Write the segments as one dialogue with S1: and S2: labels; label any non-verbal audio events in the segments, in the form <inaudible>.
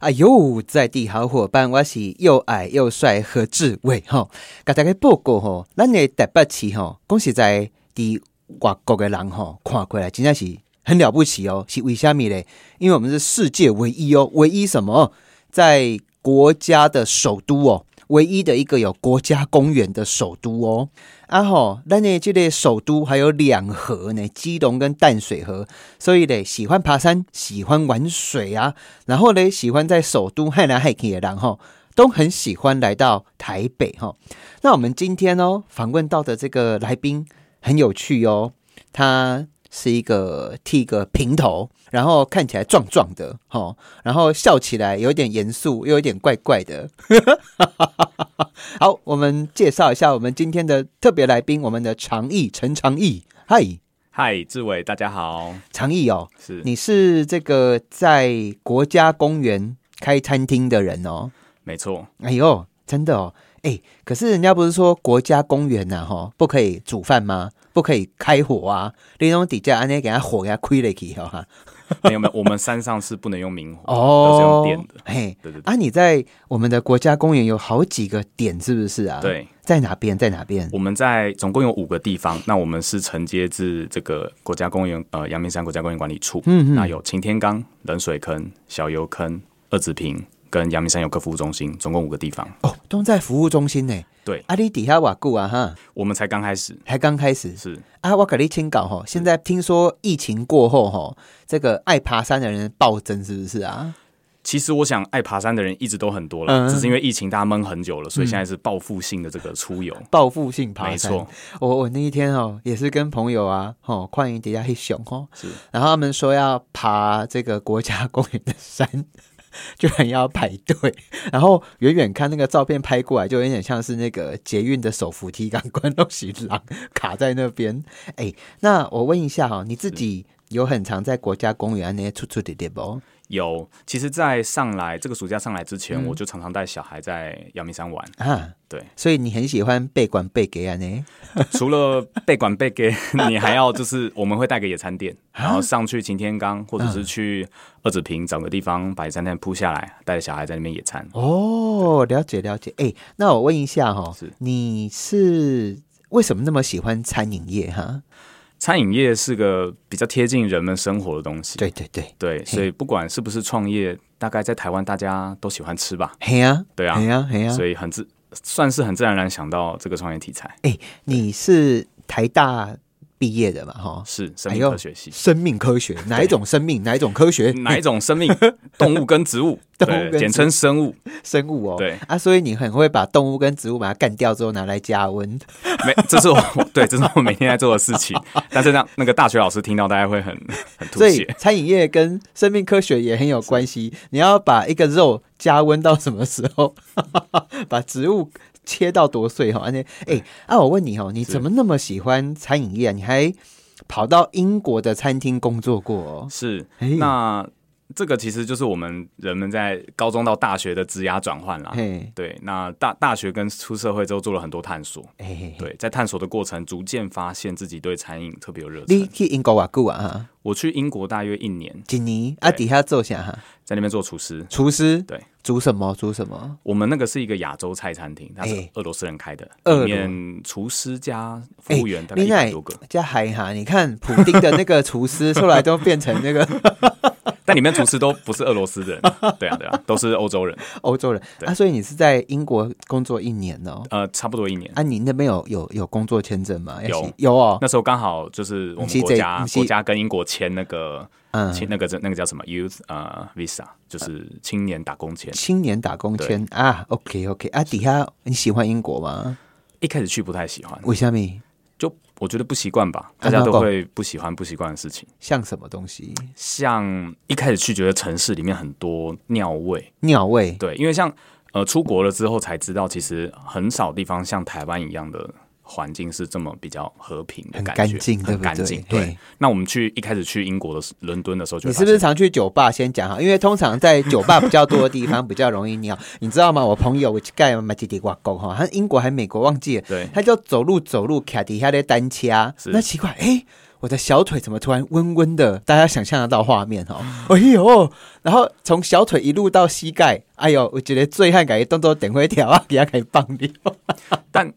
S1: 哎呦，在地好伙伴，我是又矮又帅何志伟吼。甲大家报告吼，咱的台北市吼，讲实在伫外国的人吼，看过来真正是很了不起哦。是为虾米嘞？因为我们是世界唯一哦，唯一什么？在国家的首都哦，唯一的一个有国家公园的首都哦。啊吼，咱的这个首都还有两河呢，基隆跟淡水河，所以嘞，喜欢爬山、喜欢玩水啊，然后嘞，喜欢在首都害来害去的人吼，都很喜欢来到台北哈。那我们今天哦，访问到的这个来宾很有趣哦，他是一个剃个平头，然后看起来壮壮的哦，然后笑起来有点严肃，又有点怪怪的。 <laughs> 好，我们介绍一下我们今天的特别来宾，我们的常毅陈常毅，嗨，
S2: 嗨，志伟，大家好，
S1: 常毅哦，
S2: 是
S1: 你是这个在国家公园开餐厅的人哦。
S2: 没错，
S1: 哎呦，真的哦，哎，可是人家不是说国家公园呐、啊，哈，不可以煮饭吗？不可以开火啊！你用底下安尼给它火给它开了去哈、
S2: 没有没有，我们山上是不能
S1: <laughs>
S2: 用明火，都是
S1: 哦
S2: 用，电的，
S1: 嘿，
S2: 对对对
S1: 啊，你在我们的国家公园有好几个点，是不是啊？，
S2: 对。
S1: 在哪边？在哪边？
S2: 我们在总共有五个地方，那我们是承接自这个国家公园呃阳明山国家公园管理处，
S1: 嗯嗯
S2: 那有擎天岗、冷水坑、小油坑、二子坪跟阳明山游客服务中心，总共五个地方，
S1: 哦，都在服务中心呢。
S2: 对
S1: 啊，你底下瓦固啊哈，
S2: 我们才刚开始，
S1: 才刚开始
S2: 是
S1: 啊，我给你请搞哈。现在听说疫情过后哈，这个爱爬山的人暴增，是不是啊？
S2: 其实我想，爱爬山的人一直都很多了，
S1: 嗯
S2: 只是因为疫情大家闷很久了，所以现在是报复性的这个出游。
S1: 报复性爬
S2: 没
S1: 山，
S2: 错，
S1: 我我那一天哦，也是跟朋友啊，哦，跨营底下去熊哦，
S2: 是
S1: 然后他们说要爬这个国家公园的山， <laughs> 居然要排队，然后远远看那个照片拍过来，就有点像是那个捷运的手扶梯，感官都行廊卡在那边。哎，那我问一下哦，你自己有很常在国家公园那些出出的点不？
S2: 有。其实，在上来这个暑假上来之
S1: 嗯
S2: 前，我就常常带小孩在阳明山玩。 <laughs>
S1: 啊，
S2: 对，
S1: 所以你很喜欢被管被给啊呢？
S2: 除了被管被给，你还要就是我们会带个野餐垫，
S1: 啊
S2: 然后上去擎天岗或者是去二子坪找个地方把野餐垫铺下来，带着小孩在那边野餐。
S1: 哦，了解了解。哎、那我问一下哈、
S2: 是
S1: 你是为什么那么喜欢餐饮业哈？
S2: 餐饮业是个比较贴近人们生活的东西。
S1: 对对对，
S2: 对，所以不管是不是创业，大概在台湾大家都喜欢吃吧。
S1: 嘿呀、
S2: 对啊
S1: 嘿哎呀、嘿呀、
S2: 所以很自算是很自然而然想到这个创业题材，
S1: 哎你是台大毕业的嘛？哈，
S2: 是生命科学系，
S1: 生命科学哪一种生命，哪一种科学，
S2: <laughs> 哪一种生命，动物跟植物，
S1: <laughs> 动物跟植物
S2: 对，简称生物，
S1: 生物哦？
S2: 对
S1: 啊，所以你很会把动物跟植物把它干掉之后拿来加温。
S2: 没，这是我对，这是我每天在做的事情。但是让那个大学老师听到，大家会很很吐
S1: 所以
S2: 血。
S1: 餐饮业跟生命科学也很有关系。你要把一个肉加温到什么时候？ <laughs> 把植物切到多碎哈？而且，哎啊，我问你哦，你怎么那么喜欢餐饮业啊？你还跑到英国的餐厅工作过哦？
S2: 是，
S1: 哎
S2: 那这个其实就是我们人们在高中到大学的职涯转换啦。
S1: 嘿，
S2: 对，那大大学跟出社会之后做了很多探索，
S1: 嘿嘿嘿
S2: 对，在探索的过程逐渐发现自己对餐饮特别有热
S1: 你
S2: 忱。
S1: 去英国偌久啊？哈，
S2: 我去英国大约一年，
S1: 一年啊，底下做啥？哈，
S2: 在那边做厨师，
S1: 厨师
S2: 对，
S1: 煮什么？煮什么？
S2: 我们那个是一个亚洲菜餐厅，它是
S1: 哎
S2: 俄罗斯人开的，
S1: 俄
S2: 里
S1: 罗哎
S2: 面厨师加服务员大概
S1: 你
S2: 一
S1: 那
S2: 百多个，
S1: 加海哈，你看普丁的那个厨师，后来都变成那个
S2: 但里面厨师都不是俄罗斯
S1: <laughs>
S2: 人，对啊对啊，都是欧洲人，
S1: 欧洲人
S2: 对
S1: 啊，所以你是在英国工作一年哦。
S2: 呃，差不多一年。
S1: 啊，你那边有有有工作签证吗？
S2: 有
S1: 要是有哦，
S2: 那时候刚好就是我
S1: 你是
S2: 们国
S1: 这
S2: 家
S1: 你是
S2: 国家跟英国签那个
S1: 嗯，
S2: 签那个那个叫什么 youth 呃 visa，就是青年打工签。
S1: 青年打工签啊，OK OK 啊，底下你喜欢英国吗？
S2: 一开始去不太喜欢，
S1: 为什么？
S2: 就我觉得不习惯吧，
S1: 啊
S2: 大家
S1: 那
S2: 都
S1: 不
S2: 会不喜欢不习惯的事情。
S1: 像什么东西？
S2: 像一开始去觉得城市里面很多尿味，
S1: 尿味
S2: 对，因为像呃出国了之后才知道，其实很少地方像台湾一样的环境是这么比较和平的
S1: 很
S2: 感觉，
S1: 干净，对
S2: 很
S1: 不
S2: 干
S1: 对
S2: 净。？对
S1: 嘿，，
S2: 那我们去一开始去英国的时伦敦的时候就
S1: 你
S2: 会
S1: 是
S2: 发
S1: 不
S2: 现，
S1: 是常去酒吧？先讲好，因为通常在酒吧比较多的地方比较容易尿，你知道吗？我朋友我去盖买几滴挂钩哈，他英国还美国忘记了，
S2: 对
S1: 他就走路走路卡底下的单车，啊
S2: 是
S1: 那奇怪，哎，我的小腿怎么突然温温的？大家想象得到画面哦，哎呦，然后从小腿一路到膝盖，哎呦，我觉得醉汉感觉动作等会条啊，给他给棒掉。
S2: 但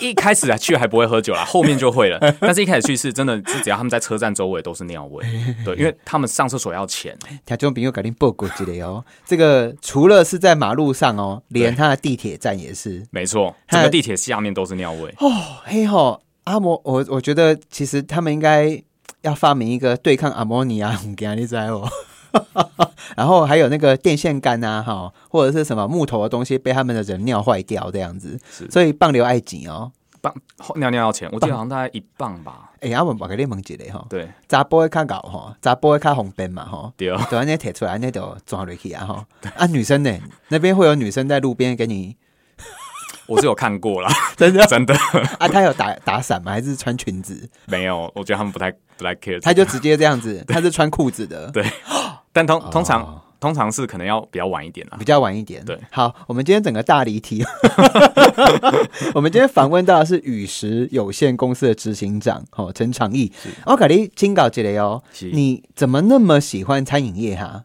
S2: 一开始啊去还不会喝酒啦，后面就会了。但是一开始去是真的，是只要他们在车站周围都是尿味，对，因为他们上厕所要钱，
S1: 听众朋友赶紧报告一下哦，这个除了是在马路上哦，连他的地铁站也是
S2: 没错，整个地铁下面都是尿味。
S1: 哦，嘿吼，阿摩，我我觉得其实他们应该要发明一个对抗阿摩尼亚红给你知哦。 <laughs> 然后还有那个电线杆啊，哈，或者是什么木头的东西被他们的人尿坏掉这样子，
S2: 是
S1: 所以棒流爱紧哦。
S2: 棒尿尿要钱，我记得好像大概一磅吧。
S1: 哎、阿文把给你问一下哈，
S2: 对，
S1: 查甫会较搞哈，查甫会较方便嘛哈，
S2: 第二
S1: 对，安尼摕出来，安尼就装落去啊哈。啊，女生呢？那边会有女生在路边给你，
S2: 我是有看过啦， <laughs>
S1: 真的
S2: 真的
S1: <laughs> 啊？她有打打伞吗？还是穿裙子？
S2: 没有，我觉得他们不太不太 care 这个。
S1: 她就直接这样子，她是穿裤子的。
S2: 但通通常、
S1: 哦
S2: 通常是可能要比较晚一点啦。
S1: 比较晚一点。
S2: 对，
S1: 好，我们今天整个大离
S2: <laughs>
S1: 题。 <laughs> 我们今天访问到的是宇石有限公司的执行长哦，陈长义。我给你请教这里哦，
S2: 是
S1: 你怎么那么喜欢餐饮业哈、啊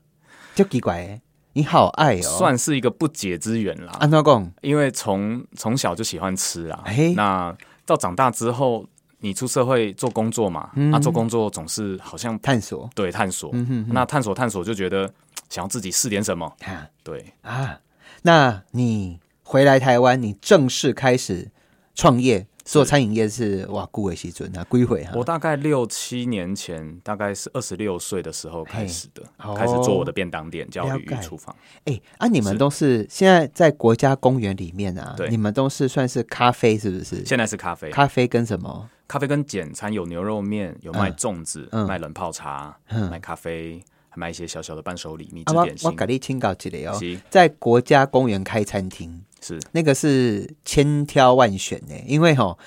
S1: 就奇怪耶，你好爱哦。
S2: 算是一个不解之缘啦，
S1: 安怎讲？
S2: 因为从从小就喜欢吃啦。
S1: 哎
S2: 那到长大之后，你出社会做工作嘛，
S1: 嗯
S2: 啊，做工作总是好像
S1: 探索
S2: 对探索，
S1: 嗯
S2: 那探索探索就觉得嘖想要自己试点什么，
S1: 哈
S2: 对，
S1: 啊？那你回来台湾，你正式开始创业做餐饮业是哇，顾伟西尊啊，归回哈
S2: 我。大概六七年前，大概是二十六岁的时候开始的
S1: 嘿哦，
S2: 开始做我的便当店，叫
S1: 了
S2: 鱼
S1: 解
S2: 厨房。
S1: 哎、啊，你们都是现在在国家公园里面啊
S2: 对，
S1: 你们都是算是咖啡是不是？
S2: 现在是咖啡，
S1: 咖啡跟什么？
S2: 咖啡跟简餐有牛肉面，有卖粽子，
S1: 嗯
S2: 卖冷泡茶，
S1: 嗯
S2: 卖咖啡，还卖一些小小的伴手礼、蜜
S1: 啊，
S2: 制
S1: 我
S2: 点心。
S1: 我给你请教一个哦，
S2: 是
S1: 在国家公园开餐厅，
S2: 是
S1: 那个是千挑万选呢，因为吼、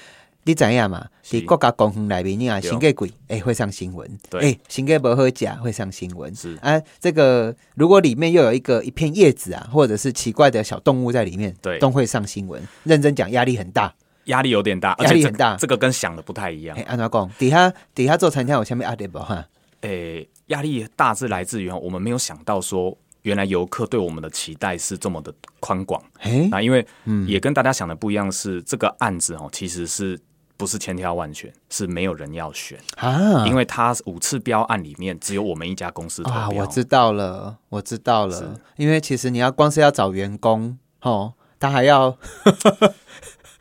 S1: 你知影嘛？
S2: 是
S1: 伫国家公园内面，你啊，
S2: 对
S1: 新价贵，哎、会上新闻；
S2: 对
S1: 哎、新价不好食，会上新闻。
S2: 是
S1: 啊，这个如果里面又有一个一片叶子啊，或者是奇怪的小动物在里面，
S2: 对
S1: 都会上新闻。认真讲，压力很大。
S2: 压力有点大，而
S1: 压
S2: 且
S1: 力
S2: 这
S1: 很大
S2: 这个跟想的不太一样
S1: 哎、。安怎讲？底下底下做餐厅有下面压力无哈？
S2: 诶，压力大致来自于哦我们没有想到说，原来游客对我们的期待是这么的宽广。
S1: 哎、
S2: 那因为也跟大家想的不一样是，这个案子哦，其实是不是千挑万选，是没有人要选，
S1: 啊，
S2: 因为它五次标案里面只有我们一家公司投
S1: 啊，
S2: 标。
S1: 我知道了，我知道了，因为其实你要光是要找员工，哦，他还
S2: <laughs>
S1: 要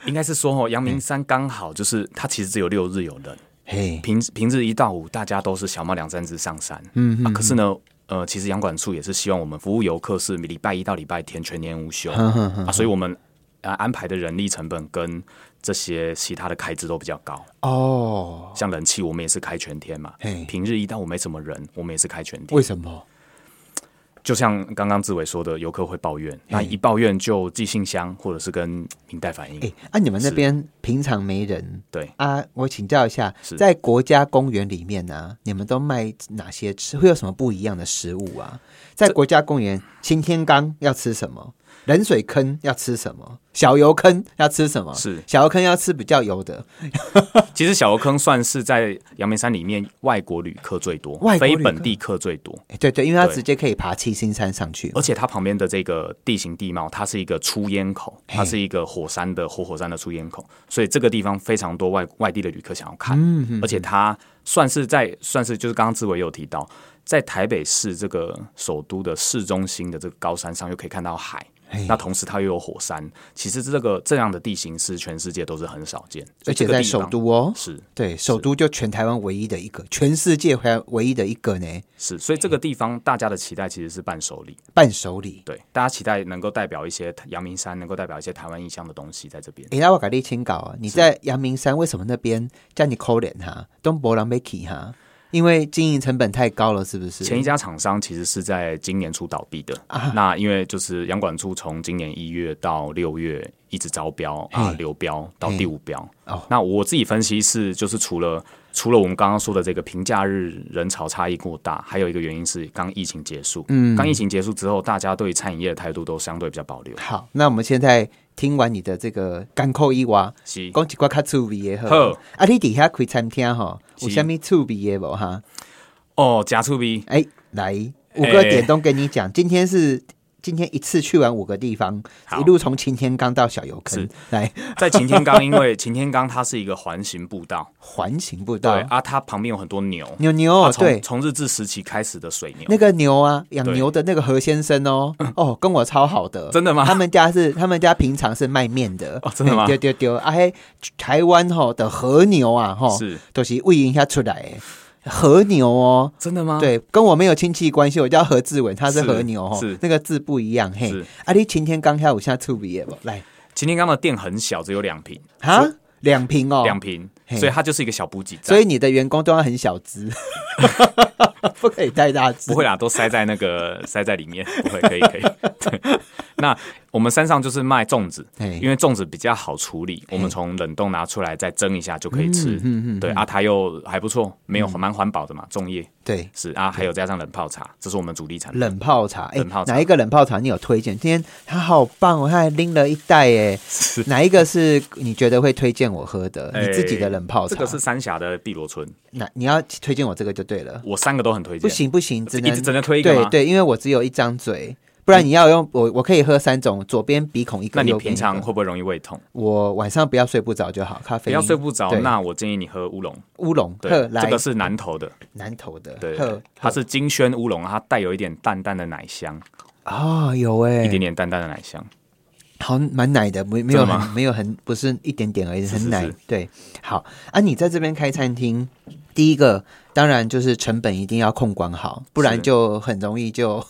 S2: 应该是说哦，阳明山刚好就是它其实只有六日有人，
S1: 嘿，
S2: 平平日一到五大家都是小猫两三只上山，
S1: 嗯
S2: 啊，可是呢，呃，其实洋管处也是希望我们服务游客是礼拜一到礼拜天全年无休
S1: 哼哼哼
S2: 啊，所以我们啊安排的人力成本跟这些其他的开支都比较高，
S1: 哦，
S2: 像人气我们也是开全天嘛
S1: 嘿，
S2: 平日一到五没什么人，我们也是开全天，
S1: 为什么？
S2: 就像刚刚志伟说的，游客会抱怨，那一抱怨就寄信箱或者是跟明代反映，
S1: 哎、啊，你们那边平常没人
S2: 对。
S1: 啊？我请教一下，
S2: 是
S1: 在国家公园里面呢、啊你们都卖哪些吃？会有什么不一样的食物啊？在国家公园，擎天岗要吃什么？冷水坑要吃什么？小油坑要吃什么？
S2: 是
S1: 小油坑要吃比较油的，
S2: 其实小油坑算是在阳明山里面外国旅客最多
S1: 外，国旅
S2: 非
S1: 客
S2: 本地客最多，
S1: 哎对对，因为它
S2: 对
S1: 直接可以爬七星山上去嘛。
S2: 而且它旁边的这个地形地貌，它是一个出烟口，它是一个火山的活火山的出烟口，所以这个地方非常多外外地的旅客想要看，
S1: 嗯
S2: 而且它算是在算是就是刚刚志伟有提到，在台北市这个首都的市中心的这个高山上，又可以看到海
S1: 嘿。
S2: 那同时它又有火山，其实这个这样的地形是全世界都是很少见，
S1: 而且在首都哦，
S2: 所以这个地方是
S1: 对，首都就全台湾唯一的一个，全世界还唯一的一个呢，
S2: 是，所以这个地方大家的期待其实是伴手礼，
S1: 伴手礼。
S2: 对，大家期待能够代表一些阳明山，能够代表一些台湾印象的东西在这边。
S1: 哎、那我给你请搞啊，你在阳明山为什么那边叫你抠脸哈？东博狼被起哈？因为经营成本太高了，是不是？
S2: 前一家厂商其实是在今年初倒闭的，那因为就是洋管处从今年一月到六月一直招标啊
S1: 嘿
S2: 流标到
S1: 嘿
S2: 第五标
S1: 哦。
S2: 那我自己分析是，就是除了除了我们刚刚说的这个平假日人潮差异过大，还有一个原因是刚疫情结束，嗯，刚疫情结束之后，大家对餐饮业的态度都相对比较保留。
S1: 好，那我们现在听完你的这个干苦以外，
S2: 是
S1: 讲一寡较趣味的好了。
S2: 好
S1: 啊，你伫遐开餐厅吼，有
S2: 是
S1: 啥物趣味的无哈？
S2: 哦，加醋逼
S1: 哎、来五个点都跟你讲，
S2: 哎
S1: 今天是。今天一次去完五个地方，
S2: 好
S1: 一路从擎天岗到小油坑
S2: 是，
S1: 来
S2: 在擎天岗，因为擎天岗它是一个环形
S1: <laughs>
S2: 步道，
S1: 环形步
S2: 对
S1: 道，
S2: 啊，它旁边有很多牛，
S1: 牛牛、哦
S2: 它从
S1: 对，
S2: 从日治时期开始的水牛，
S1: 那个牛啊，养
S2: 对嗯
S1: 牛的那个何先生哦，哦，跟我超好的，
S2: 真的吗
S1: 他们家是他们家平常是卖面的，
S2: 哦真的吗
S1: 嘿对对对，啊嘿，台湾吼的和牛啊，吼
S2: 是
S1: 都是喂一下出来的和牛哦。
S2: 真的吗？，
S1: 对，跟我没有亲戚关系，我叫何志伟，他是和牛哦
S2: 是是，
S1: 那个字不一样嘿
S2: 是。
S1: 啊，你晴天刚下午下醋鼻耶不？来
S2: 擎天岗的店很小，只有两平，
S1: 哈，两瓶哦，
S2: 两平，
S1: 嘿
S2: 所以它就是一个小补给站。
S1: 所以你的员工都要很小
S2: <laughs>
S1: 只，不可以太大只。
S2: 不会啦，都塞在那
S1: <laughs>
S2: 个塞在里面，不会，可以，可以。对，那我们山上就是卖粽子，
S1: 嘿
S2: 因为粽子比较好处理，我们从冷冻拿出来再蒸一下就可以
S1: 嗯
S2: 吃。对啊，它又还不错，没有蛮环保的嘛，粽叶
S1: 对，
S2: 是啊，
S1: 嗯
S2: 还有加上冷泡茶，这是我们主力产品。
S1: 冷泡茶，哎、
S2: 冷泡茶
S1: 哪一个冷泡茶你有推荐？今天他好棒哦，他还拎了一袋哎，
S2: 是
S1: 哪一个是你觉得会推荐我喝的？你自己的冷泡茶，
S2: 哎这个是三峡的碧螺春，
S1: 哪？你要推荐我这个就对了，
S2: 我三个都很推荐。
S1: 不，行不行，只
S2: 一直只
S1: 能
S2: 能推一个
S1: 对
S2: 吗？
S1: 对，因为我只有一张嘴，不然你要用我，我可以喝三种，左边鼻孔一个，
S2: 那你
S1: 右边
S2: 平
S1: 一个
S2: 常会不会容易胃痛？
S1: 我晚上不要睡不着就好，咖啡
S2: 不
S1: 因
S2: 要睡不着，
S1: 对
S2: 那我建议你喝乌龙。
S1: 乌龙，
S2: 对
S1: 呵，
S2: 这
S1: 来
S2: 个是南投的，
S1: 南投的，
S2: 对
S1: 呵，
S2: 它是金萱乌龙，它带有一点淡淡的奶香，
S1: 啊、有哎、
S2: 一点点淡淡的奶香。
S1: 好像蛮奶的，没没有
S2: 真的吗
S1: 很没有很不是一点点而已，
S2: 是
S1: 很奶。
S2: 是
S1: 对，好啊，你在这边开餐厅，第一个当然就是成本一定要控管好，不然
S2: 是
S1: 就很容易就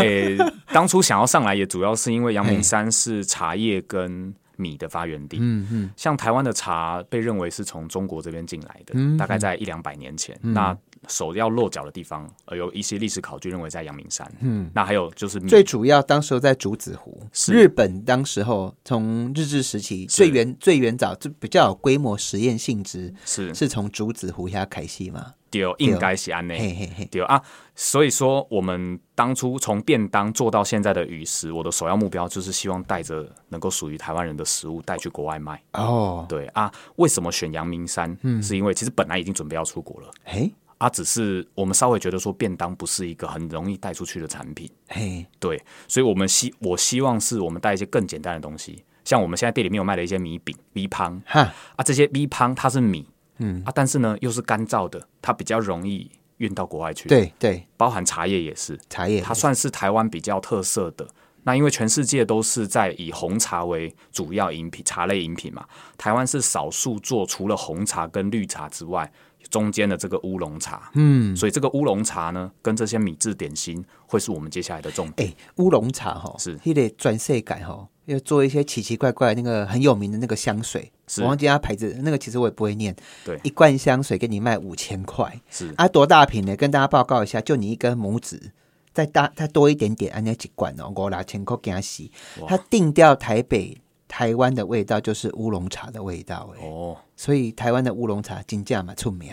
S2: 诶、 <laughs> 当初想要上来也主要是因为阳明山是茶叶跟米的发源地。嗯嗯，像台湾的茶被认为是从中国这边进来的，
S1: 嗯
S2: 大概在一两百年前。那首要落脚的地方，呃，有一些历史考据认为在阳明山。嗯，那还有就是米
S1: 最主要。当时候在竹子湖，
S2: 是
S1: 日本当时候从日治时期最原最原早就比较有规模实验性质，
S2: 是
S1: 是从竹子湖下开始嘛？
S2: 丢应该是安内。
S1: 嘿嘿嘿，
S2: 对啊，所以说我们当初从便当做到现在的雨食，我的首要目标就是希望带着能够属于台湾人的食物带去国外卖。
S1: 哦，
S2: 对啊，为什么选阳明山？是因为其实本来已经准备要出国了
S1: 嘿
S2: 啊，只是我们稍微觉得说便当不是一个很容易带出去的产品，
S1: 嘿，
S2: 对，所以我们希我希望是我们带一些更简单的东西，像我们现在店里面有卖的一些米饼、米汤
S1: 哈，
S2: 啊，这些米汤它是米，嗯啊，但是呢又是干燥的，它比较容易运到国外去，，
S1: 对对，
S2: 包含茶叶也是，
S1: 茶叶
S2: 它算是台湾比较特色的。那因为全世界都是在以红茶为主要饮品，茶类饮品嘛，台湾是少数做除了红茶跟绿茶之外，中间的这个乌龙茶。嗯，所以这个乌龙茶呢，跟这些米制点心会是我们接下来的重点。
S1: 哎、乌龙茶哈，
S2: 是
S1: 迄个转世感哈，要做一些奇奇怪怪那个很有名的那个香水，
S2: 是
S1: 我忘记它牌子，那个其实我也不会念。
S2: 对
S1: 一罐香水给你卖五千块，
S2: 是
S1: 啊，多大瓶呢？跟大家报告一下，就你一根拇指。再大再多一点点，按那几罐哦，五六千块给他洗，它定掉台北、台湾的味道就是乌龙茶的味道哎、
S2: 哦，
S1: 所以台湾的乌龙茶金价嘛出名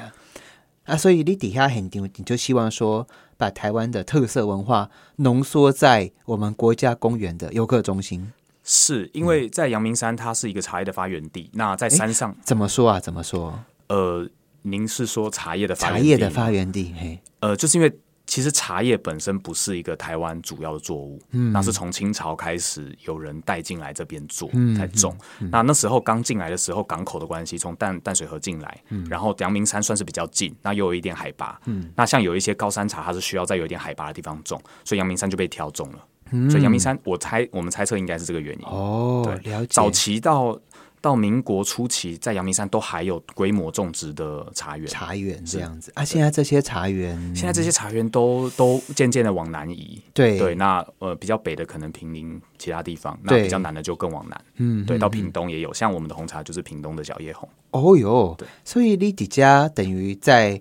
S1: 啊，所以你底下很丢，你就希望说把台湾的特色文化浓缩在我们国家公园的游客中心。
S2: 是因为在阳明山它是一个茶叶的发源地，那在山上，
S1: 怎么说啊？怎么说？
S2: 呃，您是说茶叶的发
S1: 茶
S2: 源
S1: 叶的
S2: 地
S1: 发源地，嘿，
S2: 呃，就是因为其实茶叶本身不是一个台湾主要的作物，
S1: 嗯
S2: 那是从清朝开始有人带进来这边做
S1: 嗯
S2: 才种。那那时候刚进来的时候，港口的关系，从淡淡水河进来，
S1: 嗯
S2: 然后阳明山算是比较近，那又有一点海拔，那像有一些高山茶，它是需要在有一点海拔的地方种，所以阳明山就被挑中了。所以阳明山，我猜我们猜测应该是这个原
S1: 嗯
S2: 因。
S1: 哦，了解。
S2: 早期到到民国初期，在阳明山都还有规模种植的茶园，
S1: 茶园这样子啊，现在这些茶园，
S2: 现在这些茶园都都渐渐的往南移。
S1: 对
S2: 对，那呃比较北的可能平林其他地方，那
S1: 对
S2: 比较南的就更往南。嗯，对，到屏东也有，像我们的红茶就是屏东的小叶红。
S1: 哦哟，所以你底家等于在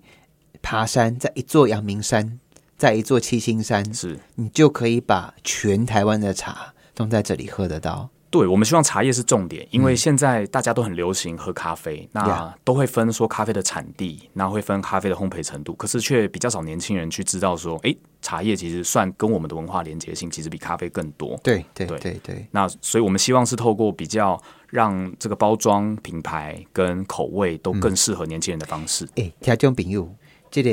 S1: 爬山，在一座阳明山，在一座七星山，
S2: 是，
S1: 你就可以把全台湾的茶都在这里喝得到。
S2: 对，我们希望茶叶是重点，因为现在大家都很流行喝咖啡，
S1: Yeah
S2: 那都会分说咖啡的产地，那会分咖啡的烘焙程度，可是却比较少年轻人去知道说，诶，茶叶其实算跟我们的文化连接性其实比咖啡更多。
S1: 对对
S2: 对
S1: 对对，
S2: 那所以我们希望是透过比较让这个包装、品牌跟口味都更适合年轻人的方式。
S1: 诶，听众朋友，这个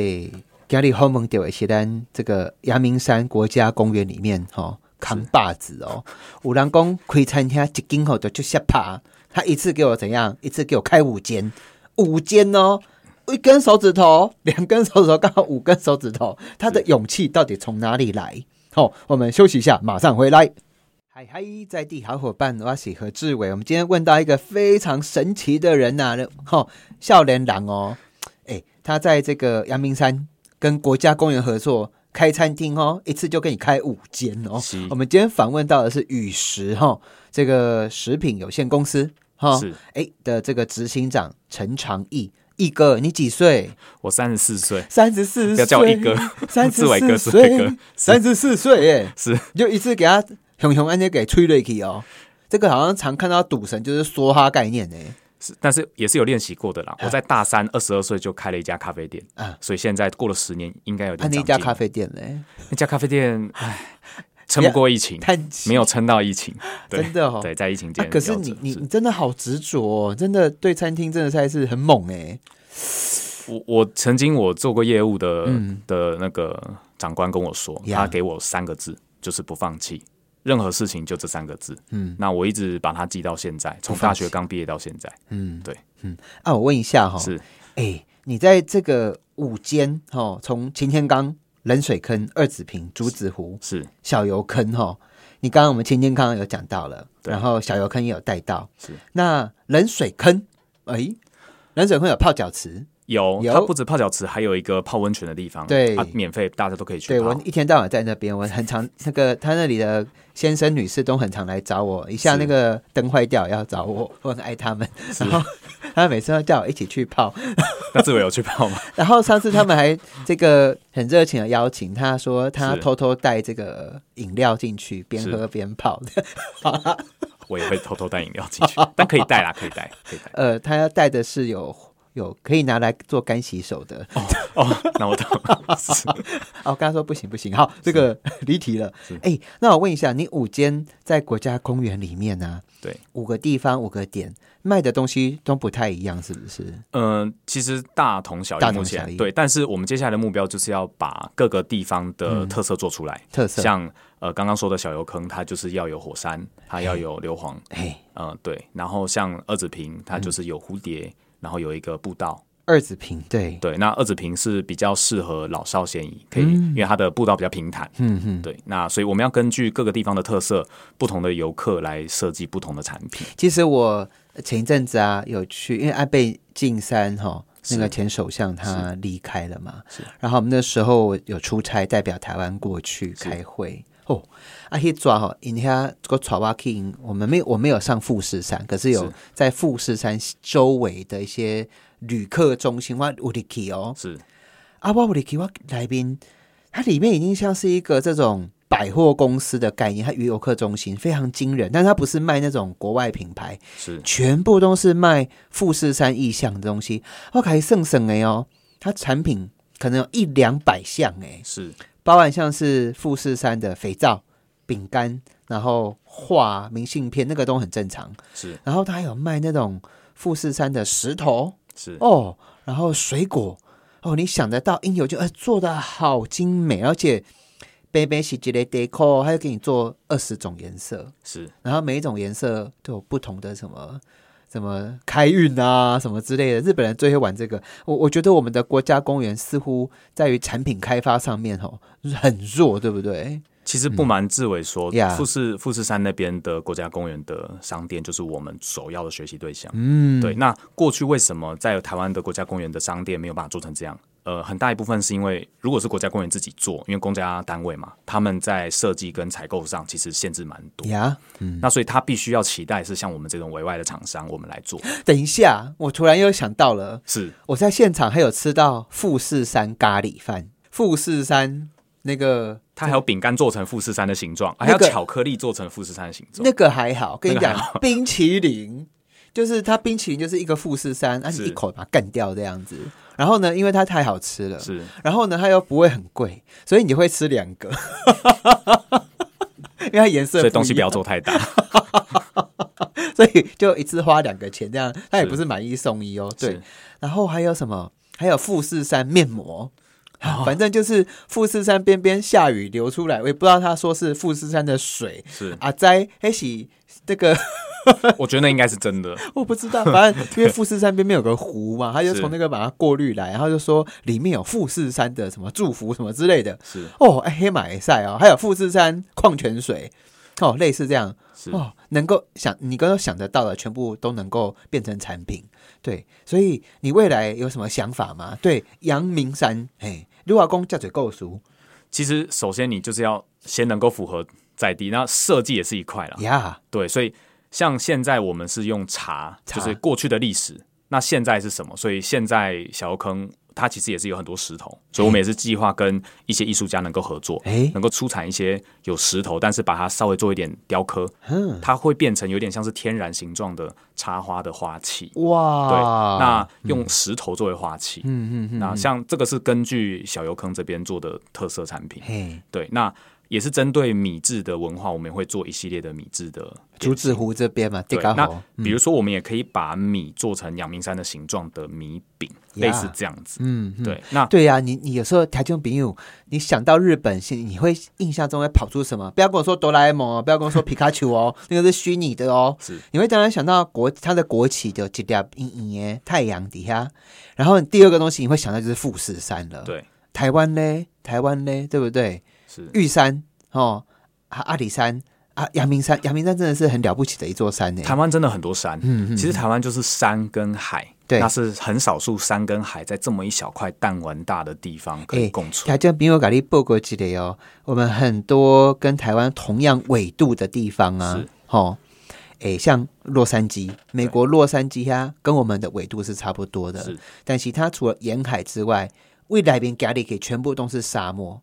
S1: 今日访问到的是咱这个阳明山国家公园里面吼、哦、扛把子哦，有人讲开餐厅一斤吼就就下趴，他一次给我怎样？一次给我开五间，五间哦。一根手指头，两根手指头，刚好五根手指头，他的勇气到底从哪里来？好、我们休息一下，马上回来。嗨嗨，在地好伙伴，我是何志伟。我们今天问到一个非常神奇的人呐、啊，吼、少年郎哦，哎，他在这个阳明山跟国家公园合作开餐厅哦，一次就给你开五间哦
S2: 是。
S1: 我们今天访问到的是宇食哈、哦，这个食品有限公司哈，
S2: 是
S1: 哎、的这个执行长陈长义。义哥，你几岁？
S2: 我三十四岁，
S1: 三十四岁。
S2: 不要叫我义哥
S1: 三十
S2: 志伟
S1: 四
S2: 哥志伟哥
S1: 岁，三十四岁耶！
S2: 是
S1: 你就一次给他熊熊按键给吹瑞去哦。这个好像常看到赌神就是梭哈概念呢。
S2: 是，但是也是有练习过的啦。
S1: 嗯
S2: 我在大三二十二岁就开了一家咖啡店，
S1: 啊
S2: 所以现在过了十年，应该有
S1: 啊，
S2: 点
S1: 那
S2: 长
S1: 家
S2: 进。
S1: 咖啡店嘞，
S2: 那家咖啡店，唉，撑不过疫情，
S1: 叹气
S2: 没有撑到疫情，对
S1: 真的哦
S2: 对，在疫情
S1: 啊
S2: 间、、
S1: 可是你你你真的好执着、哦，真的对餐厅真的才是很猛哎、
S2: 我我曾经我做过业务的、的那个长官跟我说，
S1: 嗯 Yeah
S2: 他给我三个字，就是不放弃。任何事情就这三个字，
S1: 嗯
S2: 嗯，那我一直把它记到现在，从
S1: 放
S2: 大
S1: 弃
S2: 学刚毕业到现在，
S1: 嗯，
S2: 对，
S1: 嗯啊，我问一下哈、哦，
S2: 是
S1: 哎、你在这个五间哦，从擎天岗、冷水坑、二子坪、竹子湖、
S2: 是
S1: 小油坑哈、哦，你刚刚我们擎天岗有讲到了，
S2: 对
S1: 然后小油坑也有带到，
S2: 是
S1: 那冷水坑，哎、冷水坑有泡脚池，
S2: 有，
S1: 有
S2: 它不止泡脚池，还有一个泡温泉的地方，
S1: 对
S2: 啊，免费，大家都可以去
S1: 对
S2: 泡
S1: 我。一天到晚在那边，我很常那个他那里的先生女士都很常来找我，一下
S2: 是
S1: 那个灯坏掉也要找我，我很爱他们。然后他们每次都叫我一起去泡，
S2: 那志伟有去泡吗？ <laughs>
S1: <laughs> 然后上次他们还这个很热情的邀请，他说他
S2: 是
S1: 偷偷带这个饮料进去，边
S2: 是
S1: 喝边泡。
S2: 我也会偷偷带饮料进去，但可以带啦，可以带，可以带。
S1: <laughs> 呃，他要带的是有有可以拿来做干洗手的。
S2: <laughs> 哦，那我懂 <laughs> 了。是
S1: 哦，我刚刚说不行不行，好，这个 <laughs> 离题了。哎，那我问一下，你五间在国家公园里面呢、
S2: 对，
S1: 五个地方五个点卖的东西都不太一样，是不是？
S2: 嗯、其实大同小
S1: 大
S2: 异，
S1: 同
S2: 目
S1: 小异
S2: 前对，但是我们接下来的目标就是要把各个地方的特色做出来，
S1: 嗯特色
S2: 像呃刚刚说的小油坑，它就是要有火山，它要有硫磺，
S1: 哎，
S2: 嗯、对，然后像二子坪，
S1: 嗯
S2: 它就是有蝴蝶，然后有一个步道。
S1: 二子坪对，
S2: 对，那二子坪是比较适合老少咸宜，可以，因为它的步道比较平坦。
S1: 嗯嗯。
S2: 对，那所以我们要根据各个地方的特色，不同的游客来设计不同的产品。
S1: 其实我前一阵子啊有去，因为安倍晋三哈、那个前首相他离开了嘛，然后我们那时候有出差代表台湾过去开会。哦，啊，去抓哈，因遐个爪哇 king，我们没有我没有上富士山，可是有
S2: 是
S1: 在富士山周围的一些旅客中心，我有入去哦，
S2: 是
S1: 阿巴布里奇瓦来宾，它里面已经像是一个这种百货公司的概念，它鱼游客中心非常惊人，但它不是卖那种国外品牌，
S2: 是，
S1: 全部都是卖富士山意象的东西。我开圣圣哎哦，它产品可能有一两百项哎，
S2: 是
S1: 包含像是富士山的肥皂、饼干，然后画明信片那个都很正常，
S2: 是
S1: 然后它还有卖那种富士山的石头。
S2: 是
S1: 哦，然后水果哦，你想得到应有就呃做的好精美，而且杯杯洗洁的 deco，还有给你做二十种颜色，
S2: 是
S1: 然后每一种颜色都有不同的什么。什么开运啊，什么之类的，日本人最会玩这个。我我觉得我们的国家公园似乎在于产品开发上面哦很弱，对不对？
S2: 其实不瞒志伟
S1: 嗯
S2: 说，
S1: Yeah
S2: 富士富士山那边的国家公园的商店就是我们首要的学习对象。嗯，对。那过去为什么在台湾的国家公园的商店没有办法做成这样？呃，很大一部分是因为，如果是国家公园自己做，因为公家单位嘛，他们在设计跟采购上其实限制蛮多。
S1: 呀、
S2: 那所以他必须要期待是像我们这种委外的厂商，我们
S1: <gasps>
S2: 来做。
S1: 等一下，我突然又想到了，
S2: 是
S1: 我在现场还有吃到富士山咖喱饭、富士山那个
S2: 它还有饼干做成富士山的形状，还有
S1: 那个
S2: 巧克力做成富士山的形状。
S1: 那个还好，跟你
S2: 那个
S1: 讲
S2: 还，
S1: 冰淇淋就是它冰淇淋就是一个富士山，啊，你
S2: 是
S1: 一口把它干掉这样子。然后呢，因为它太好吃了，
S2: 是
S1: 然后呢，它又不会很贵，所以你会吃两个， <laughs> 因为它颜色
S2: 所以
S1: 一样
S2: 东西不要做太大，
S1: 所以就一次花两个钱这样，它也
S2: 是
S1: 不是买一送一哦。对
S2: 是，
S1: 然后还有什么？还有富士山面膜。
S2: 哦
S1: 啊反正就是富士山边边下雨流出来，我也不知道他说是富士山的水
S2: 是，
S1: 啊，在黑喜这个 <laughs>
S2: 我觉得那应该是真的。
S1: 我不知道，反正因为富士山边边有个湖嘛，他就是从那个把它过滤来，然后就说里面有富士山的什么祝福什么之类的。
S2: 是
S1: 哦，哎，黑马也赛哦，还有富士山矿泉水哦，类似这样
S2: 是
S1: 哦，能够想你刚刚想得到的，全部都能够变成产品。对，所以你未来有什么想法吗？对，阳明山，哎，如果公叫嘴够熟
S2: 其实首先你就是要先能够符合在地，那设计也是一块啦。
S1: 呀，
S2: 对，所以像现在我们是用茶，
S1: 茶
S2: 就是过去的历史，那现在是什么？所以现在小油坑它其实也是有很多石头，所以我们也是计划跟一些艺术家能够合作，
S1: 哎
S2: 能够出产一些有石头，但是把它稍微做一点雕刻，
S1: 嗯，
S2: 它会变成有点像是天然形状的插花的花器。
S1: 哇，嗯
S2: 对，那用石头作为花器，
S1: 嗯嗯嗯，
S2: 那像这个是根据小油坑这边做的特色产品，
S1: 嗯嘿，
S2: 对，那也是针对米制的文化，我们也会做一系列的米制的
S1: 竹子湖这边嘛，这
S2: 对，
S1: 个
S2: 那
S1: 好，嗯
S2: 比如说，我们也可以把米做成阳明山的形状的米饼，类似这样子。
S1: 嗯，嗯
S2: 对，那
S1: 对呀、你你有时候台中朋友，你想到日本现，你会印象中会跑出什么？不要跟我说哆啦 A 梦哦，不要跟我说皮卡丘哦， <laughs> 那个是虚拟的哦。
S2: 是
S1: 你会当然想到国它的国旗就一粒隐隐的太阳底下，然后第二个东西你会想到就是富士山了。
S2: 对，
S1: 台湾嘞，台湾嘞，对不对？
S2: 是
S1: 玉山哦，啊阿里山啊，阳明山，阳明山真的是很了不起的一座山呢。
S2: 台湾真的很多山，
S1: 嗯嗯，
S2: 其实台湾就是山跟海，
S1: 对
S2: 那是很少数山跟海在这么一小块弹丸大的地方可以共存。
S1: 台中朋友给你报告一个哦，我们很多跟台湾同样纬度的地方啊
S2: 是，
S1: 吼，诶，像洛杉矶，美国洛杉矶呀、跟我们的纬度是差不多的
S2: 是，
S1: 但其他除了沿海之外，未来边咖喱给全部都是沙漠。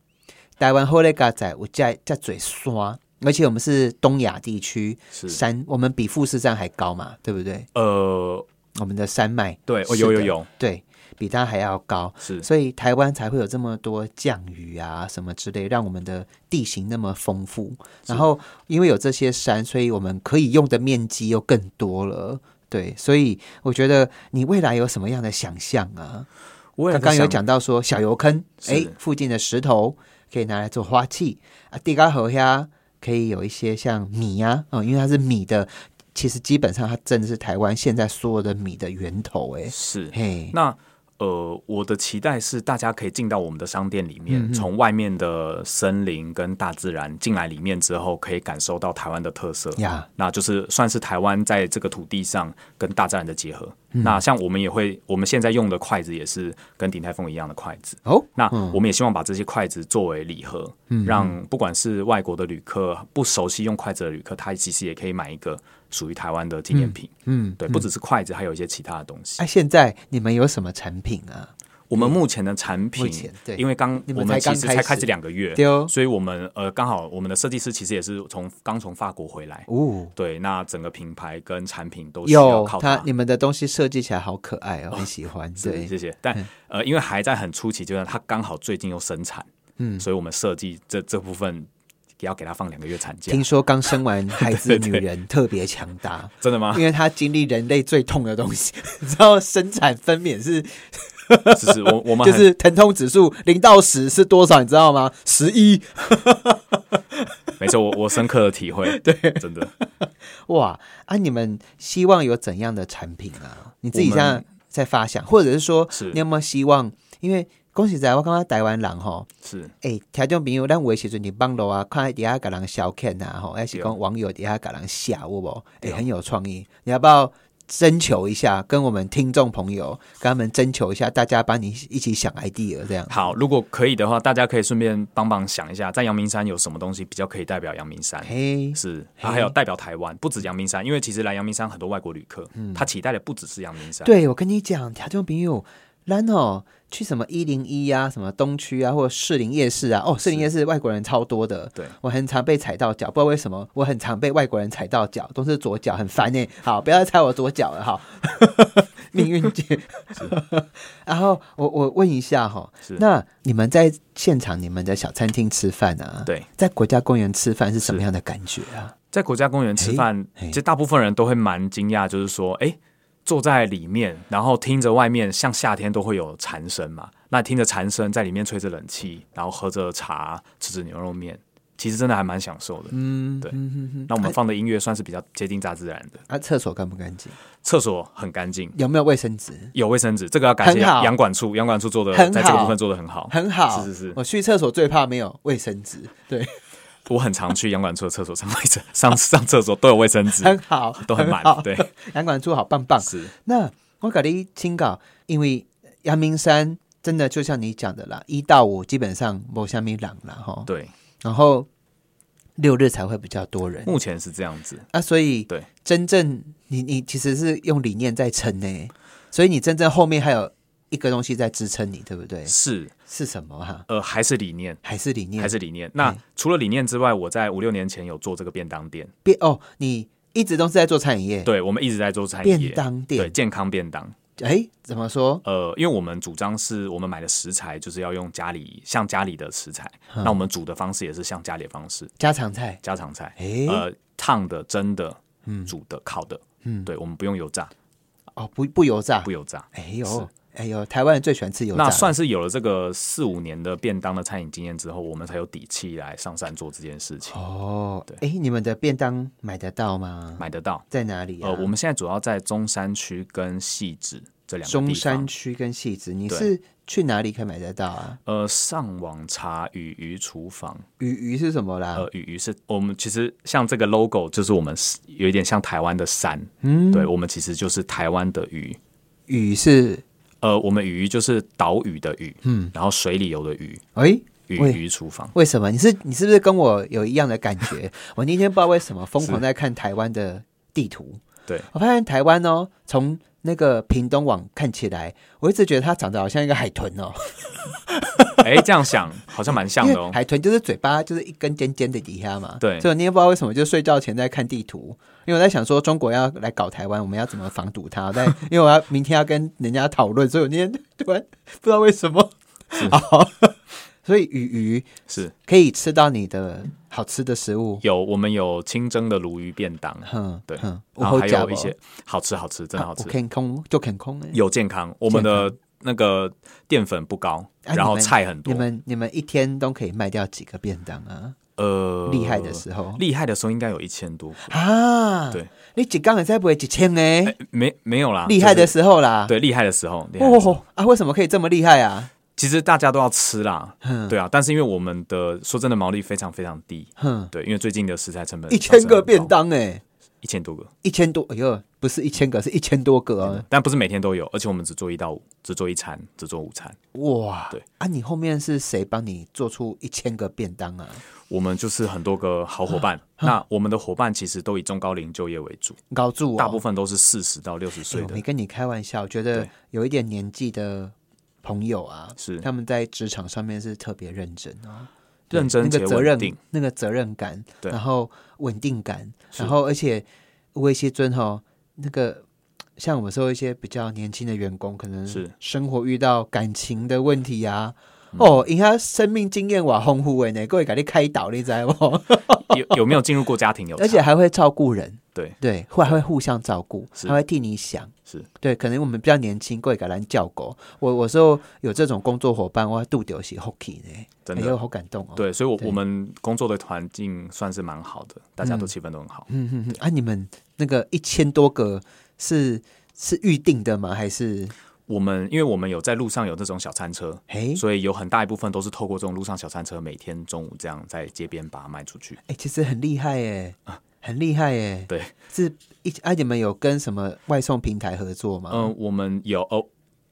S1: 台湾后来嘎仔，我加加嘴刷，而且我们是东亚地区，
S2: 是，
S1: 山我们比富士山还高嘛，对不对？
S2: 呃，
S1: 我们的山脉
S2: 对，哦，
S1: 是
S2: 有有
S1: 的
S2: 有，
S1: 对比它还要高，
S2: 是
S1: 所以台湾才会有这么多降雨啊什么之类，让我们的地形那么丰富。然后因为有这些山，所以我们可以用的面积又更多了。对，所以我觉得你未来有什么样的想象啊？
S2: 我也
S1: 刚
S2: 在
S1: 刚有
S2: 想
S1: 讲到说小油坑，
S2: 是
S1: 哎，附近的石头可以拿来做花器啊，地沟河呀可以有一些像米呀、啊，哦，因为它是米的，其实基本上它真的是台湾现在所有的米的源头，哎，
S2: 是
S1: 嘿，
S2: 那呃，我的期待是大家可以进到我们的商店里面，从、外面的森林跟大自然进来里面之后，可以感受到台湾的特色。
S1: 呀，
S2: 那就是算是台湾在这个土地上跟大自然的结合。那像我们也会，我们现在用的筷子也是跟鼎泰丰一样的筷子。
S1: 哦，
S2: 那我们也希望把这些筷子作为礼盒，让不管是外国的旅客、不熟悉用筷子的旅客，他其实也可以买一个属于台湾的纪念品。
S1: 嗯，
S2: 对，不只是筷子，还有一些其他的东西
S1: 那、。啊现在你们有什么产品啊？
S2: 我们目前的产品
S1: 目前，对
S2: 因为刚
S1: 你们
S2: 我
S1: 才
S2: 们其
S1: 刚
S2: 实
S1: 开
S2: 才
S1: 始
S2: 开始两个月
S1: 对哦，
S2: 所以我们呃刚好我们的设计师其实也是从刚从法国回来，
S1: 哦，
S2: 对，那整个品牌跟产品都是要
S1: 有
S2: 靠
S1: 它，你们的东西设计起来好可爱
S2: <laughs>
S1: 哦，很喜欢。
S2: 是
S1: 对，嗯
S2: 谢谢。但呃，因为还在很初期阶段，它刚好最近又生产，嗯，所以我们设计这这部分也要给它放两个月产假
S1: 听，说刚生完孩子的女
S2: <laughs>
S1: 人特别强大，<laughs>
S2: 真的吗？
S1: 因为她经历人类最痛的东西， <laughs> 你知道生产分娩是
S2: 是是，我我们
S1: 就
S2: 很
S1: 是疼痛指数零到十是多少，你知道吗？十一
S2: 没错，我我深刻的
S1: <laughs>
S2: 体会，对，真的。
S1: 哇啊！你们希望有怎样的产品啊？你自己
S2: 我们
S1: 现在在发想，或者是说
S2: 是
S1: 你有没有希望？因为恭喜仔，我刚刚台湾人吼，
S2: 是
S1: 诶，听众朋友，咱有的时阵伫网络啊，看底下给人消遣啊，吼，还是讲网友底下给人笑，有无？诶，很有创意。你要不要征求一下，跟我们听众朋友，跟他们征求一下，大家帮你一起想 idea 这样？
S2: 好，如果可以的话，大家可以顺便帮忙想一下，在阳明山有什么东西比较可以代表阳明山？
S1: 嘿，
S2: 是，啊还有代表台湾，不止阳明山，
S1: 嗯
S2: 因为其实来阳明山很多外国旅客，他期待的不只是阳明山，
S1: 对我跟你讲，听众朋友，然后去什么一零一啊，什么东区啊，或者士林夜市啊，哦，士林夜市外国人超多的，
S2: 对
S1: 我很常被踩到脚，不知道为什么，我很常被外国人踩到脚，都是左脚，很烦
S2: <laughs>
S1: 哎、好，不要再踩我左脚了哈，命运姐。然后我我问一下哈、
S2: 是
S1: 那你们在现场你们的小餐厅吃饭啊？
S2: 对，
S1: 在国家公园吃饭是什么样的感觉啊？
S2: 在国家公园吃饭，
S1: 嘿嘿
S2: 其实大部分人都会蛮惊讶，就是说，哎、坐在里面，然后听着外面，像夏天都会有蝉声嘛，那听着蝉声，在里面吹着冷气，然后喝着茶，吃着牛肉面，其实真的还蛮享受的。
S1: 嗯，
S2: 对
S1: 嗯哼哼
S2: 那我们放的音乐算是比较接近大自然的，
S1: 啊，厕所干不干净？
S2: 厕所很干净，
S1: 有没有卫生纸？
S2: 有卫生纸，这个要感谢
S1: 很好
S2: 洋管处，洋管处做的
S1: 很好
S2: 在这个部分做的很好，
S1: 很好，
S2: 是是是，
S1: 我去厕所最怕没有卫生纸，对，
S2: 我很常去洋管处的厕所上卫生 <laughs> 上上厕所都有卫生纸，
S1: 很好，
S2: 都很满
S1: 好， <laughs>
S2: 对，
S1: 两管处好棒棒。
S2: 是
S1: 那我给你请教，因为阳明山真的就像你讲的啦，一到五基本上没虾米人啦哈，吼
S2: 对，
S1: 然后六日才会比较多人
S2: 目前是这样子。
S1: 啊，所以
S2: 嗯对
S1: 真正你你其实是用理念在撑呢，所以你真正后面还有一个东西在支撑你，对不对？
S2: 是，
S1: 是什么哈、
S2: 呃，还是理念，
S1: 还是理念？嗯
S2: 还是理念。那除了理念之外，我在五六年前有做这个便当店，
S1: 变哦，你一直都是在做餐饮业，
S2: 对我们一直在做餐饮
S1: 便
S2: 业，
S1: 当
S2: 对
S1: 店，
S2: 健康便当。
S1: 哎，怎么说？
S2: 呃，因为我们主张是我们买的食材就是要用家里像家里的食材，
S1: 嗯
S2: 那我们煮的方式也是像家里的方式，
S1: 家常菜，
S2: 家常菜，
S1: 哎，
S2: 呃，烫的、蒸的、煮的、烤的，
S1: 嗯
S2: 对，我们不用油炸，
S1: 哦，不不油炸
S2: 不，油炸。
S1: 哎
S2: 是
S1: 呦，哎呦，台湾人最喜欢吃油炸了，
S2: 那算是有了这个四五年的便当的餐饮经验之后，我们才有底气来上山做这件事情，
S1: 哦
S2: 对。
S1: 哎，你们的便当买得到吗？
S2: 买得到。
S1: 在哪里啊？
S2: 呃，我们现在主要在中山区跟汐止这两个地方。
S1: 中山区跟汐止，你
S2: 对
S1: 是去哪里可以买得到啊？
S2: 呃，上网查雨鱼厨房，
S1: 鱼鱼是什么啦
S2: 呃？，雨鱼是我们其实像这个 logo，就是我们是有一点像台湾的山，嗯，对，我们其实就是台湾的鱼，
S1: 鱼是
S2: 呃，我们雨鱼就是岛屿的屿，嗯，然后水里游的鱼，
S1: 哎。
S2: 雨
S1: 喂
S2: 鱼厨房，
S1: 为什么？你是你是不是跟我有一样的感觉？ <laughs> 我那天不知道为什么疯狂在看台湾的地图，
S2: 对，
S1: 我发现台湾哦，从那个屏东往看起来，我一直觉得它长得好像一个海豚哦，
S2: 哎，这样想好像蛮像
S1: 因
S2: 的
S1: 为
S2: 哦，
S1: 海豚就是嘴巴就是一根尖尖的底下嘛。
S2: 对
S1: 所以我那天不知道为什么就睡觉前在看地图，因为我在想说中国要来搞台湾，我们要怎么防堵
S2: <laughs>
S1: 它？但因为我要明天要跟人家讨论，所以我那天突然不知道为什么， <laughs> 好，所以鱼鱼
S2: 是
S1: 可以吃到你的好吃的食物。
S2: 有我们有清蒸的鲈鱼便当，
S1: 哼，
S2: 对
S1: 哼，嗯我
S2: 然后
S1: 好
S2: 还
S1: 假
S2: 有
S1: 不
S2: 一些好吃好吃，真的好
S1: 啊
S2: 吃
S1: 我，看空就看空哎。
S2: 有健康，我们的那个淀粉不高，
S1: 啊
S2: 然后
S1: 你们
S2: 菜很多
S1: 你，们你们一天都可以卖掉几个便当啊？
S2: 呃，
S1: 厉害的时候
S2: 厉害的时候应该有一千多个，
S1: 啊！
S2: 对，
S1: 你一缸也才不会一千哎，
S2: 没没有啦，
S1: 厉害的
S2: 就是
S1: 时候啦。
S2: 对厉害的时候，厉害的时候
S1: 哦啊，为什么可以这么厉害啊？
S2: 其实大家都要吃啦，
S1: 哼
S2: 对啊，但是因为我们的说真的毛利非常非常低，
S1: 哼，
S2: 对，因为最近的食材成本
S1: 嗯一千个便
S2: 上升很高，
S1: 当哎、
S2: 一千多个，
S1: 一千多，哎呦，不是一千个，是一千多个哦、
S2: 但不是每天都有，而且我们只做一到五，只做一餐，只做午餐，
S1: 哇！
S2: 对
S1: 啊，你后面是谁帮你做出一千个便当啊？
S2: 我们就是很多个好伙
S1: 嗯
S2: 伴，那我们的伙伴其实都以中高龄就业为主，
S1: 搞住我，
S2: 大部分都是四十到六十岁
S1: 哦哎我
S2: 的
S1: 没，跟你开玩笑，觉得
S2: 对
S1: 有一点年纪的朋友啊，
S2: 是
S1: 他们在职场上面是特别认真哦，对
S2: 认真
S1: 那
S2: 且
S1: 个责
S2: 稳
S1: 任
S2: 定，，
S1: 那个责任感，
S2: 对
S1: 然后稳定感，
S2: 是
S1: 然后而且威胁尊吼那个。像我们说一些比较年轻的员工，可能
S2: 是嗯
S1: 生活遇到感情的问题啊，哦，因他生命经验哇丰富诶呢，各位给你开导，你知道不？
S2: 有有没有进入过家庭有
S1: <laughs>
S2: 差？
S1: 而且还会照顾人，
S2: 对
S1: 对，或还会互相照顾，
S2: 是
S1: 还会替你想。
S2: 是
S1: 对，可能我们比较年轻，过改咱叫狗。我我说有这种工作伙伴，我肚丢是 hockey 呢，
S2: 真
S1: 哎
S2: 的
S1: 呦，好感动哦。，
S2: 对，所以我，我
S1: 对
S2: 们工作的环境算是蛮好的，大家都气氛都很好。
S1: 嗯嗯嗯。啊，你们那个一千多个是是预定的吗？还是
S2: 我们因为我们有在路上有这种小餐车，
S1: 哎
S2: 所以有很大一部分都是透过这种路上小餐车，每天中午这样在街边把它卖出去。
S1: 哎，其实很厉害哎，很厉害哎。
S2: 啊对，
S1: 是一啊，你们有跟什么外送平台合作吗？
S2: 嗯、我们有哦，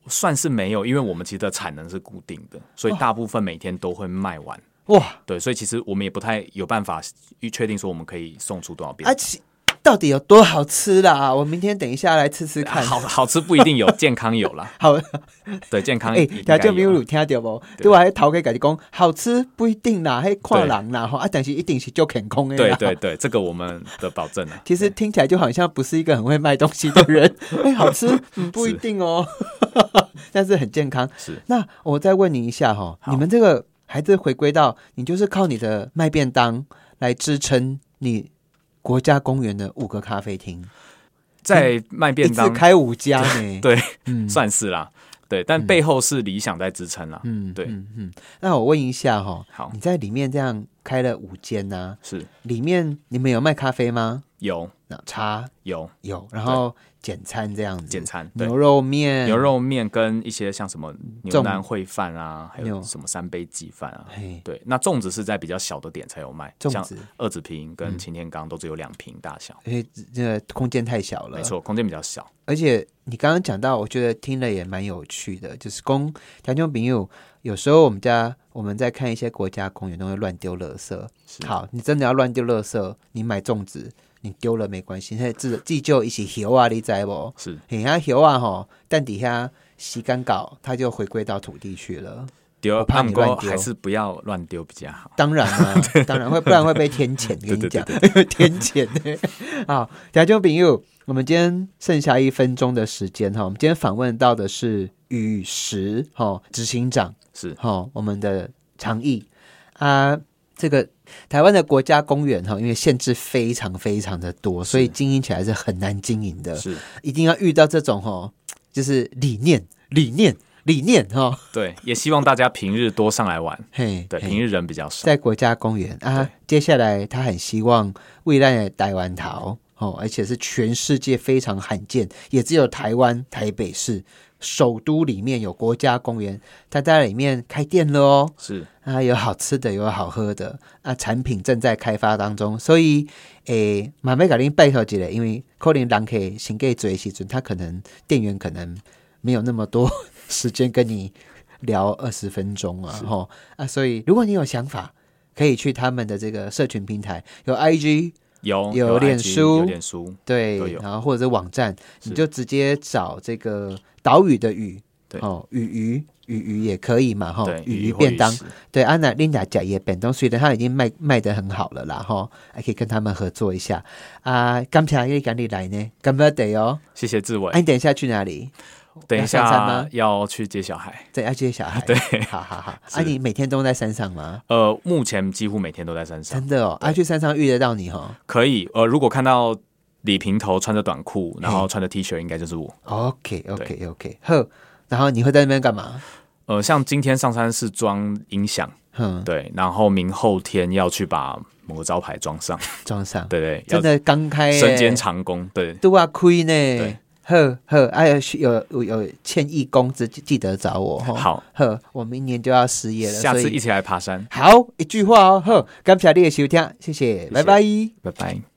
S2: 算是没有，因为我们其实的产能是固定的，所以
S1: 哦
S2: 大部分每天都会卖完。
S1: 哇，
S2: 对，所以其实我们也不太有办法预确定说我们可以送出多少遍。
S1: 啊，其到底有多好吃啦？我明天等一下来吃吃看。
S2: <laughs> 好好吃不一定有，健康有啦。
S1: 好，
S2: 对，健康
S1: 哎，
S2: 哎应
S1: 条
S2: 该
S1: 件没有
S2: 有。
S1: 听到无？
S2: 对
S1: 对啊我还头家家己讲，好吃不一定啦，还看人啦吼啊，但是一定是就健康的
S2: 对
S1: 啦。
S2: 对对，这个我们的保证啊。
S1: 其实听起来就好像不是一个很会卖东西的 <laughs> 人，哎，好吃、嗯、不一定哦， <laughs> 但是很健康。
S2: 是
S1: 那我再问你一下哈，
S2: 好
S1: 你们这个还是回归到你就是靠你的卖便当来支撑你国家公园的五个咖啡厅，
S2: 在卖
S1: 一
S2: 便
S1: 次
S2: 当，
S1: 开五家 <laughs> 呢。
S2: 对，
S1: 嗯
S2: 算是啦。对，但背后是理想在支撑啦。
S1: 嗯，
S2: 对
S1: 嗯嗯。那我问一下哈，
S2: 好，
S1: 你在里面这样开了五间呐、
S2: 是
S1: 里面你们有卖咖啡吗？
S2: 有
S1: 那茶
S2: 有
S1: 有，然后简餐这样子
S2: 简，餐，对，
S1: 牛肉面，
S2: 牛，肉面跟一些像什么牛
S1: 粽
S2: 腩烩饭啊，还有
S1: 牛
S2: 什么三杯鸡饭啊。
S1: 嘿，
S2: 对，那粽子是在比较小的点才有卖，
S1: 粽
S2: 像
S1: 子，嗯
S2: 二子坪跟擎天岗都只有两瓶大小，
S1: 因为这个空间太小了，
S2: 没错，空间比较小。
S1: 而且你刚刚讲到，我觉得听了也蛮有趣的，就是公条件朋友，有时候我们家我们在看一些国家公园都会乱丢垃圾。
S2: 是
S1: 好，你真的要乱丢垃圾，你买粽子，你丢了没关系，那自自救一起丢啊，你知不？
S2: 是
S1: 你下丢啊吼，但底下洗干搞，它就回归到土地去了。
S2: 丢，
S1: 我怕你
S2: 不过
S1: 乱丢
S2: 还是不要乱丢比较好。
S1: 当然
S2: <laughs>
S1: 啦、当然会，不然会被天谴。跟你
S2: 对对
S1: 讲， <laughs> 天谴 <laughs> 欸好，听众朋友，我们今天剩下一分钟的时间哈，我们今天访问到的是雨石哈执行长
S2: 是
S1: 哈，我们的常毅啊，这个台湾的国家公园哈，因为限制非常非常的多，所以经营起来是很难经营的，
S2: 是，
S1: 一定要遇到这种哈，就是理念理念理念哈，
S2: 对，也希望大家平日多上来玩。
S1: 嘿，
S2: 对，
S1: 嘿
S2: 平日人比较少。
S1: 在国家公园啊
S2: 对。
S1: 接下来他很希望未来的台湾桃哦，而且是全世界非常罕见，也只有台湾台北市首都里面有国家公园，他在里面开店了哦。
S2: 是
S1: 啊，有好吃的，有好喝的，啊，产品正在开发当中，所以，诶，马贝卡林拜托起来，因为可能人可以先给做的时阵，他可能店员可能没有那么多 <laughs> 时间跟你聊二十分钟啊，吼啊，所以如果你有想法，可以去他们的这个社群平台，有 IG，
S2: 有
S1: 有
S2: IG，
S1: 脸书
S2: 有脸书，都
S1: 对，
S2: 有
S1: 然后或者是网站，你
S2: 是
S1: 就直接找这个岛屿的屿，
S2: 对
S1: 哦，屿鱼屿鱼也可以嘛，哈
S2: 对，，
S1: 屿
S2: 鱼
S1: 哦鱼
S2: 或
S1: 便
S2: 鱼
S1: 当。
S2: 食
S1: 对，安娜琳达甲也本东，虽然他已经卖卖得很好了啦，哈，还可以跟他们合作一下啊。刚才你赶紧来呢，干不得哦。
S2: 谢谢志伟
S1: 哎、。你等一下去哪里？
S2: 等一
S1: 要上山
S2: 下
S1: 吗
S2: 要去接小孩。
S1: 在要接小孩。对，好好
S2: <laughs>
S1: 好。啊，你每天都在山上吗？
S2: 呃，目前几乎每天都在山上，
S1: 真的哦，啊，去山上遇得到你哦。
S2: 可以。呃，如果看到李平头穿着短裤，然后穿着 T 恤，应该就是我。
S1: OK OK OK，呵，然后你会在那边干嘛？
S2: 呃，像今天上山是装音响，
S1: 哼，
S2: 对，然后明后天要去把某个招牌装上，
S1: 装上，
S2: 对对，
S1: 真的刚开、
S2: 要
S1: 欸，
S2: 身兼长工，对，
S1: 都要亏呢
S2: 对。
S1: 呵呵，哎、啊，有有有欠义工，只记得找我哈。
S2: 好，
S1: 呵，我明年就要失业了，
S2: 下
S1: 所
S2: 次
S1: 以
S2: 一起来爬山，
S1: 好，一句话哦，好，感谢你的收听，谢谢，
S2: 谢
S1: 拜拜。
S2: 拜拜。